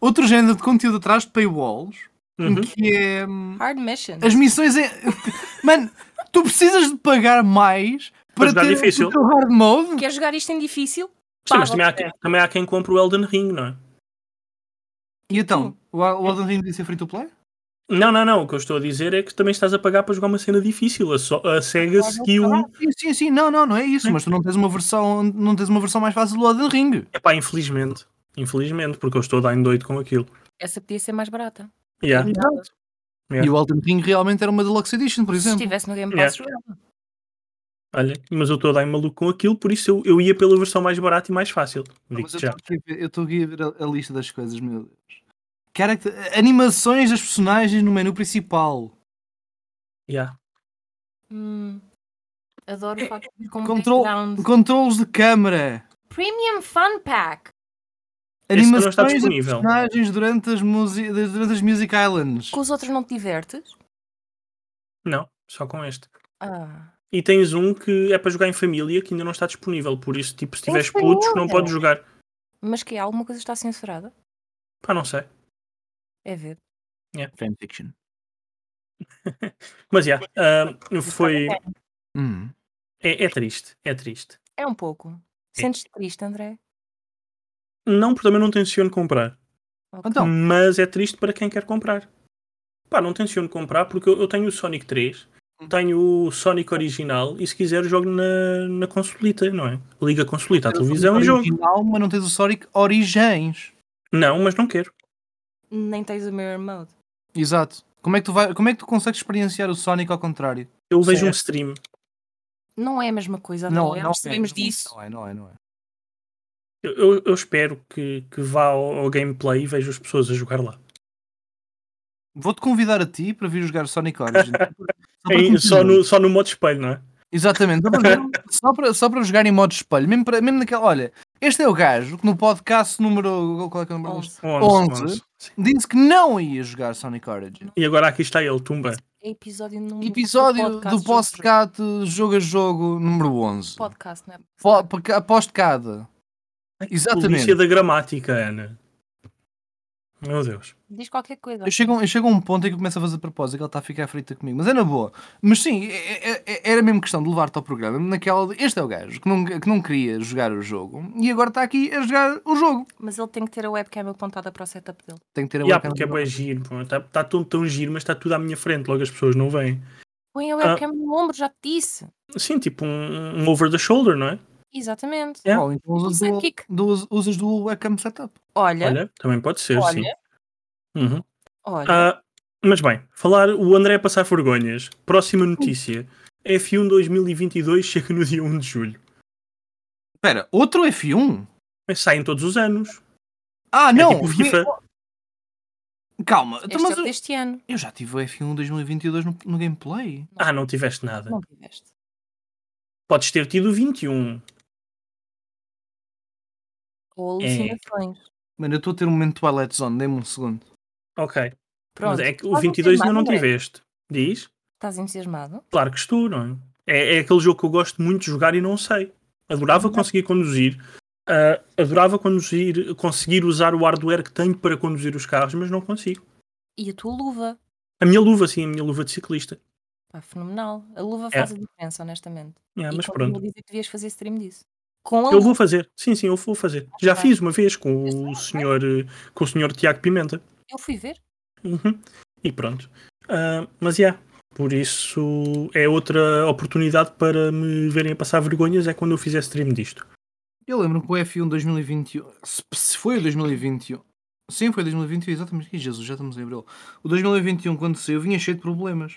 outro género de conteúdo atrás de paywalls,
Uhum.
que é. hum,
Hard mission.
As missões é. Mano, tu precisas de pagar mais
Para
para
jogar
ter
difícil.
o teu hard mode?
Quer jogar isto em difícil?
Sim, mas
Paga
também
o
há, tipo-
que
quem- também há quem compra o Elden Ring, não é?
E então, o o Elden Ring devia ser free to play?
Não, não, não. O que eu estou a dizer é que também estás a pagar para jogar uma cena difícil. A, so- a SEGA seguiu. um-
Ah, sim, sim, sim, não, não, não é isso,
Sim.
mas tu não tens uma versão, não tens uma versão mais fácil do Elden Ring.
Epá, infelizmente. Infelizmente, porque eu estou a dar em doido com aquilo.
Essa podia ser mais barata.
Yeah. Yeah.
E o Elden Ring realmente era uma Deluxe Edition, por
Se
exemplo.
estivesse no Game Pass, jogava.
Olha, mas eu estou a dar em maluco com aquilo, por isso eu, eu ia pela versão mais barata e mais fácil.
Não, mas
Digo-te
eu
já.
estou aqui a ver- eu estou aqui a ver a, a lista das coisas, meu Deus. Caract- animações das personagens no menu principal.
Yeah.
Hum, adoro o facto de como
Control-
background.
Controles de câmara.
Premium Fun Pack.
Esse não está
Animações de
disponível.
personagens durante as, musi- das- durante as Music Islands.
Com os outros não te divertes?
Não, só com este.
Ah.
E tens um que é para jogar em família que ainda não está disponível. Por isso, tipo, se
Em
tiveres putos, não
família?
podes jogar.
Mas que é? Alguma coisa está censurada?
Pá, não sei.
É ver.
Fanfiction.
Mas já, yeah, ah, foi.
Hum.
É, é triste, é triste.
É um pouco. Sentes-te triste, André?
Não, porque também não tenciono comprar.
Ok.
Então,
Mas é triste para quem quer comprar. Pá, não tenciono comprar porque eu, eu tenho o Sonic 3,
Hum.
tenho o Sonic original e se quiser jogo na, na consolita, não é? Liga a consolita à televisão e
original,
jogo.
mas não tens o Sonic Origins.
Não, mas não quero.
Nem tens o Mirror Mode.
Exato. Como é que tu, vai, como é que tu consegues experienciar o Sonic ao contrário?
Eu vejo um
Certo.
stream.
Não é a mesma coisa, André. Nós sabemos disso.
Não é, não é, não é.
Eu, eu- eu espero que, que vá ao, ao gameplay e vejo as pessoas a jogar lá.
Vou-te convidar a ti para vir jogar Sonic Origins. Só para- só para
Em-
conhecer.
só, no, só no modo espelho, não é?
Exatamente, só para, jogar, só, para, só para jogar em modo espelho, mesmo, para, mesmo naquela. Olha, este é o gajo que no podcast número. Qual é que é o número?
Onze.
11,
11.
Sim.
Disse que não ia jogar Sonic Origins.
E agora aqui está ele, tumba.
É episódio número
Episódio do
jogo a jogo.
podcast Jogo a Jogo número 11.
Podcast, não é?
Po- poca- Postcada.
Polícia
Exatamente.
da gramática, Ana. Meu Deus.
Diz qualquer coisa.
Eu chego, a um- eu chego a um ponto em que eu começo a fazer propósito, que ele está a ficar frita comigo, mas é na boa. Mas sim, é- é- é- era mesmo questão de levar-te ao programa, naquela de, este é o gajo que não, que não queria jogar o jogo e agora está aqui a jogar o jogo.
Mas ele tem que ter a webcam apontada para o setup dele.
Tem que ter a
E há
webcam
porque é
no-
bem giro. Está tá tão, tão giro, mas está tudo à minha frente. Logo as pessoas não veem.
Põe
Ah.
a webcam no ombro, já te disse.
Sim, tipo um, um over the shoulder, não é?
Exatamente.
É.
Ou então usas
Usa
dual,
kick.
duas- usas dual webcam setup.
Olha, olha.
Olha, também pode ser, sim.
É. Olha.
Uhum. Ah, mas bem, falar o André a passar vergonhas. Próxima notícia. F1 2022 chega no dia 1 de julho.
Espera, outro F1?
Mas saem todos os anos.
Ah,
É
não!
tipo FIFA.
Calma, então,
este
mas
é o
eu,
deste ano.
eu já tive o F1 2022 no, no gameplay.
Ah, não tiveste nada.
Não tiveste.
Podes ter tido 21.
Ou
É.
alucinações.
Mano, eu estou a ter um momento de Twilight Zone, dê-me um segundo.
Ok.
Pronto. um
Mas é que o
Estás
22 ainda
entusiasmado,
não
André?
tiveste. Diz?
Estás entusiasmado?
Claro que estou, não é? É, é aquele jogo que eu gosto muito de jogar e não sei. Adorava
Uhum.
conseguir conduzir. ah, adorava conduzir, conseguir usar o hardware que tenho para conduzir os carros, mas não consigo.
E a tua luva?
A minha luva, sim, a minha luva de ciclista.
Pá, fenomenal. A luva
É.
faz a diferença, honestamente.
É,
e
mas
continuo
pronto.
a dizer que devias fazer stream disso. Com a
Eu
luva.
vou fazer. Sim, sim, eu vou fazer. Já
bem.
fiz uma vez
é
com o senhor, eh, com o senhor Tiago Pimenta.
Eu fui ver.
Uhum. E pronto. Ah, mas, já. por isso é outra oportunidade para me verem a passar vergonhas. É quando eu fizer stream disto.
Eu lembro que o F1 2021. Se, se foi o 2021. Sim, foi 2021, exatamente. Ih, Jesus, já estamos em abril. O 2021, quando saiu, vinha cheio de problemas.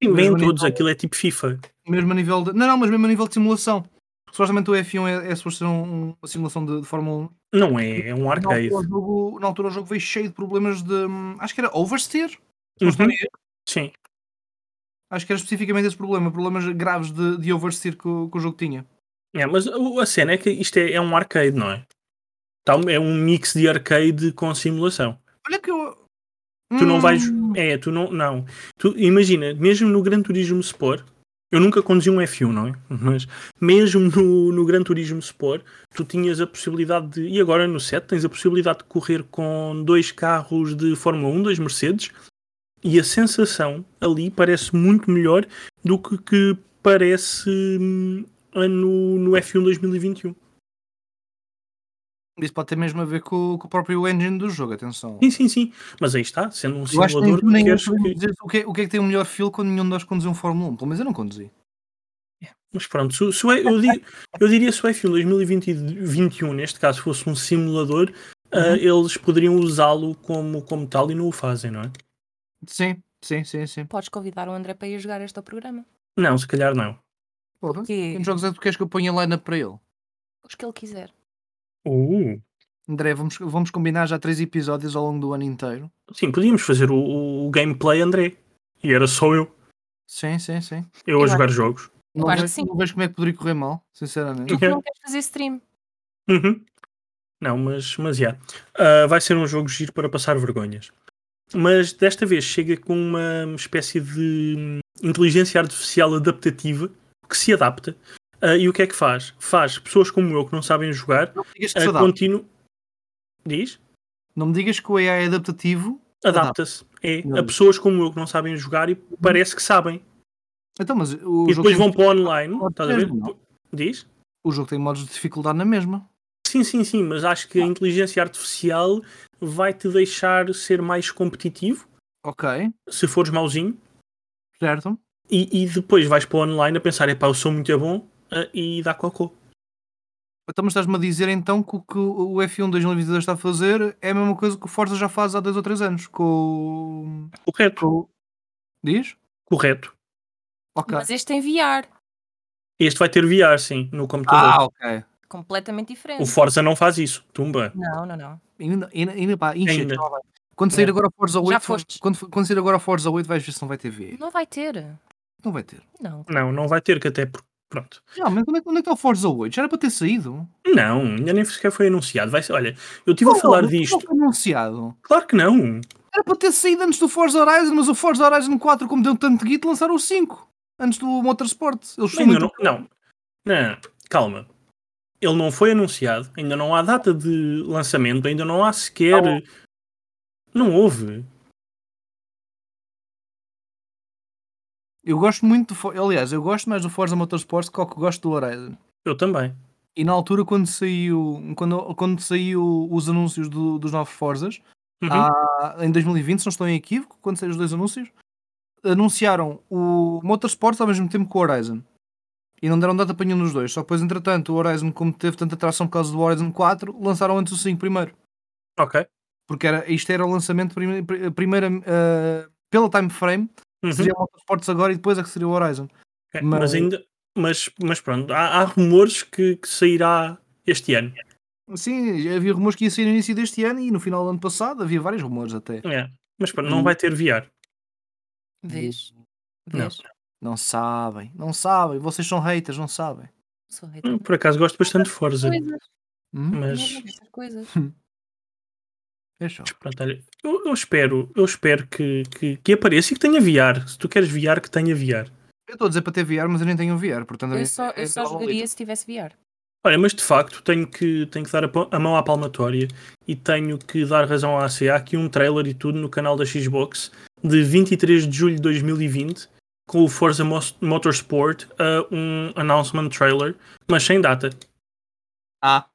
E
Mesmo
vêm
a
todos,
nível-
aquilo é tipo FIFA.
Mesmo a nível de. Não, não, mas mesmo a nível de simulação. Supostamente o F1 é, é suposto ser um- uma simulação de, de Fórmula
Não é, é um
1. Na altura,
arcade.
o jogo, na altura o jogo veio cheio de problemas de. hum, Acho que era oversteer. se não
Uhum.
estou em erro.
Sim.
Acho que era especificamente esse problema, problemas graves de, de oversteer que o, que o jogo tinha.
É, mas o- a cena é que isto é, é um arcade, não é? Tá um- É um mix de arcade com simulação.
Olha que eu.
Tu não vais.
Hum,
É, tu não. não. Tu, imagina, mesmo no Gran Turismo Sport, eu nunca conduzi um F1, não é? Mas mesmo no, no Gran Turismo Sport, tu tinhas a possibilidade de. E agora no set tens a possibilidade de correr com dois carros de Fórmula 1, dois Mercedes, e a sensação ali parece muito melhor do que, que parece hum, no, um no F1 2021.
Isso pode ter mesmo a ver com, o- com o próprio engine do jogo, atenção.
Sim, sim, sim. Mas aí está, sendo um
Eu acho que nem
simulador,
tu
tu
nem eu
queres
sabemos
que.
dizer o que, é, o que é que tem o melhor feel quando nenhum de nós conduziu um Fórmula 1. Pelo menos eu não conduzi.
Mas pronto, se, o- se o- eu, digo, eu diria se o F1 2021, neste caso, fosse um simulador, ah, eles poderiam usá-lo como, como tal e não o fazem, não é?
Sim, sim, sim, sim.
Podes convidar o André para ir jogar este ao programa.
Não, se calhar não.
Foda-se.
Que,
Quantos jogos é que tu queres que eu ponha lineup para ele?
os que ele quiser.
Uh,
André, vamos, vamos combinar já três episódios ao longo do ano inteiro.
sim, podíamos fazer o, o- o gameplay André. E era só eu,
Sim, sim, sim.
eu
Eu
a
acho-
jogar jogos.
Eu
Não
acho que
vejo,
sim.
não vejo como é que poderia correr mal, sinceramente.
Tu que não queres fazer stream.
Uhum. Não, mas, mas já. Ah, vai ser um jogo giro para passar vergonhas. Mas desta vez chega com uma espécie de hum, inteligência artificial adaptativa que se adapta. Ah, e o que é que faz? Faz pessoas como eu que não sabem jogar
Não me digas que se
a
adapta.
continu... Diz?
Não me digas que o AI é adaptativo.
Adapta-se. É.
Não.
A pessoas como eu que não sabem jogar e parece que sabem.
Então, mas o
E
jogo
depois
tem-
vão para o online.
Pode
Estás a ver?
ser, não.
Diz?
O jogo tem modos de dificuldade na mesma.
Sim, sim, sim, mas acho
Ah.
que a inteligência artificial vai te deixar ser mais competitivo
Ok,
se fores mauzinho.
certo?
E, e depois vais para o online a pensar, epá, eu sou muito bom ah, e dá cocô.
Então, mas estás-me a dizer então que o que o F1 2022 está a fazer é a mesma coisa que o Forza já faz há dois ou três anos. Com. o-
Correto,
com... o- Diz?
correto.
Ok.
Mas este tem VR.
Este vai ter VR, sim, no computador.
Ah, ok.
Completamente diferente.
o Forza não faz isso. Tumba.
Não, não, não.
Ainda, ainda, ainda pá, enche.
Ainda.
tá bem. Quando sair
É.
agora o Forza 8,
foste.
Quando, quando sair agora o Forza 8, vais ver se não vai ter VR.
Não vai ter.
Não vai ter.
Não.
Não, não vai ter, que até por... Pronto.
Realmente, onde é, que- onde é que está o Forza 8? Já era para ter saído. é
Não, ainda nem sequer foi anunciado. Vai ser- olha, eu estive a falar
Não,
disto.
não foi anunciado.
Claro que não.
Era para ter saído antes do Forza Horizon, mas o Forza Horizon 4, como deu tanto guito, lançaram o 5. Antes do Motorsport. Eles são
Ainda
muito...
não, não. Não, calma. Ele não foi anunciado, ainda não há data de lançamento, ainda não há sequer.
Não.
Não houve.
Eu gosto muito do Forza. Aliás, eu gosto mais do Forza Motorsport que o que gosto do Horizon.
Eu também.
E na altura, quando saiu, quando, quando saiu os anúncios do- dos novos Forzas,
Uhum.
há- em 2020, se não estou em equívoco, quando saíram os dois anúncios, anunciaram o Motorsport ao mesmo tempo que o Horizon. E não deram data para nenhum dos dois. Só que depois, entretanto, o Horizon, como teve tanta atração por causa do Horizon 4, lançaram antes o 5 primeiro.
Ok.
Porque era, isto era o lançamento prime, pri- primeira, ah, pela time frame,
Uhum.
seria o Motorsports agora e depois é que seria o Horizon.
Ok,
mas-
Mas... ainda. Mas, mas pronto, há, há rumores que, que sairá este ano.
Sim, havia rumores que ia sair no início deste ano e no final do ano passado havia vários rumores até.
É. Mas pronto, não vai ter VR.
Vês?
Não.
Vês?
Não sabem, não sabem. Vocês são haters, não sabem.
Sou hater.
Eu, Por acaso gosto bastante de Forza.
Coisas.
Hum?
Hum, Mas,
Não, essas coisas.
É só.
mas pronto, olha, eu, eu espero, eu espero que, que, que apareça e que tenha VR. Se tu queres VR, que tenha VR.
Eu estou a dizer para ter VR, mas eu nem tenho VR, portanto... é-
Eu só,
é
eu só
igual ao
jogaria
litro.
se tivesse VR.
Olha, mas de facto tenho que, tenho que dar a, pa- a mão à palmatória e tenho que dar razão à ACA que um trailer e tudo no canal da Xbox de 23 de julho de 2020 com o Forza Mos- Motorsport a um announcement trailer, mas sem data.
Ah.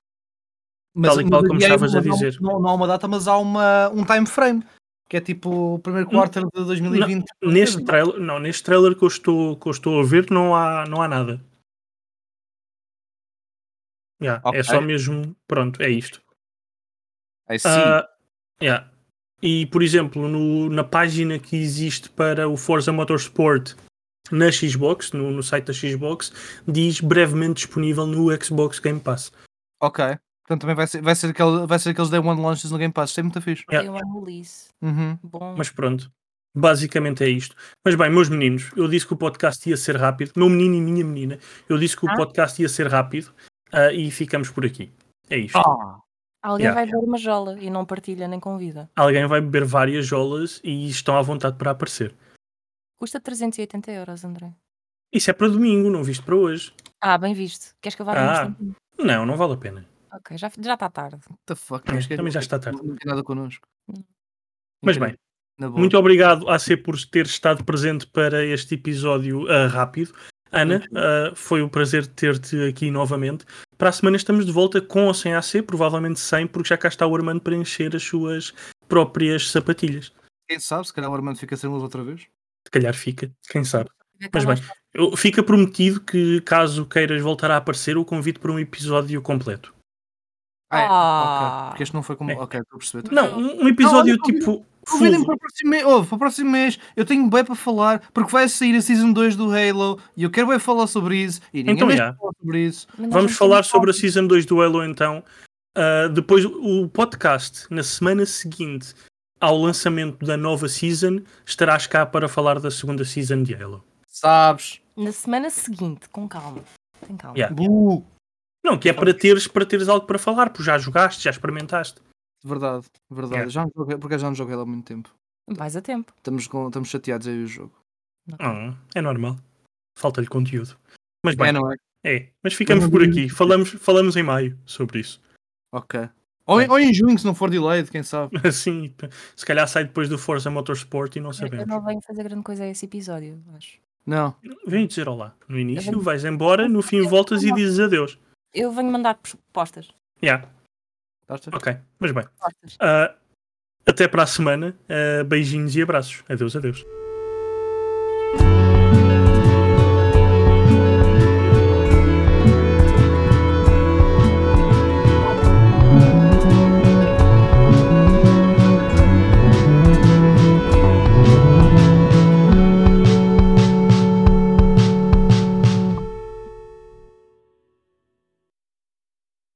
Mas,
Tal e qual como
havia aí
estavas a
uma- não-
dizer.
Não, não há uma data, mas há uma, um time frame, que é tipo o primeiro quarter de 2020.
Neste
Não.
trailer, Hum. não, neste trailer que eu estou, que eu estou a ver não há, não há nada. Yeah,
Ok.
É só mesmo, pronto, é isto.
I see.
Ah, yeah. E, por exemplo, no- na página que existe para o Forza Motorsport na Xbox, no, no site da Xbox, diz brevemente disponível no Xbox Game Pass.
Ok. Portanto, também vai ser, vai, ser aquele, vai ser aqueles Day One launches no Game Pass. Isso é muito fixe.
Yeah.
Tem uma release.
Uhum.
Bom.
Mas pronto. Basicamente é isto. Mas bem, meus meninos, eu disse que o podcast ia ser rápido. Meu menino e minha menina, eu disse que o
Ah.
podcast ia ser rápido ah, e ficamos por aqui. É isto.
Ah.
Alguém
Yeah.
vai ver uma jola e não partilha nem convida.
Alguém vai beber várias jolas e estão à vontade para aparecer.
Custa 380 euros, André.
Isso é para domingo, não viste para hoje.
Ah, bem visto. Queres que eu vá
Ah.
ver um instantinho?
Não, não vale a pena.
Ok, já está já tá tarde.
What the fuck?
É,
mas que-
também já está tarde.
Não tem nada connosco.
Não.
Mas
Não tem
bem,
na boa.
Muito obrigado, AC, por ter estado presente para este episódio ah, rápido. Ana, ah, foi um prazer ter-te aqui novamente. Para a semana estamos de volta com ou sem AC, provavelmente sem, porque já cá está o Armando para encher as suas próprias sapatilhas.
Quem sabe, se calhar o Armando fica sem luz outra vez.
Se calhar fica, quem sabe.
Vai estar
Mas
mais
bem, eu- fica prometido que caso queiras voltar a aparecer, o convido para um episódio completo.
é,
Ah.
ok. Porque este não foi como.
É.
Ok, estou a perceber.
Não, um um episódio
Não, olha,
tipo.
Convidem-me
full.
para o próximo mês. Ouve, para o próximo mês. Eu tenho bem para falar, porque vai sair a Season 2 do Halo e eu quero bem falar sobre isso. E ninguém
Então,
mais
já.
fala sobre isso.
Mas nós
Vamos
ter
falar
muito
sobre a
tempo.
Season 2 do Halo então. Ah, depois o podcast, na semana seguinte ao lançamento da nova Season, estarás cá para falar da segunda Season de Halo.
Sabes?
Na semana seguinte, com calma. Tem calma.
Yeah.
Bu!
Não, que é para teres, para teres algo para falar, porque já jogaste, já experimentaste.
Verdade, verdade.
Yeah.
Já não joguei, porque eu já não joguei lá há muito tempo.
Vais a tempo.
Estamos, com, estamos chateados aí o jogo.
Ah, é normal. Falta-lhe conteúdo. Mas bem,
É, não é?
é. Mas ficamos por aqui. Falamos, falamos em maio sobre isso.
Ok. Ou, em- ou em junho, se não for delayed, quem sabe.
Assim, se calhar sai depois do Forza Motorsport e não
Eu- Eu
sabemos.
não venho fazer grande coisa a esse episódio, acho.
Não.
Vem dizer olá. No início vais embora, no fim voltas e dizes adeus.
Eu venho mandar propostas.
Yeah,
Basta.
ok. Mas bem.
propostas.
Ah, até para a semana. Ah, beijinhos e abraços. Adeus, adeus.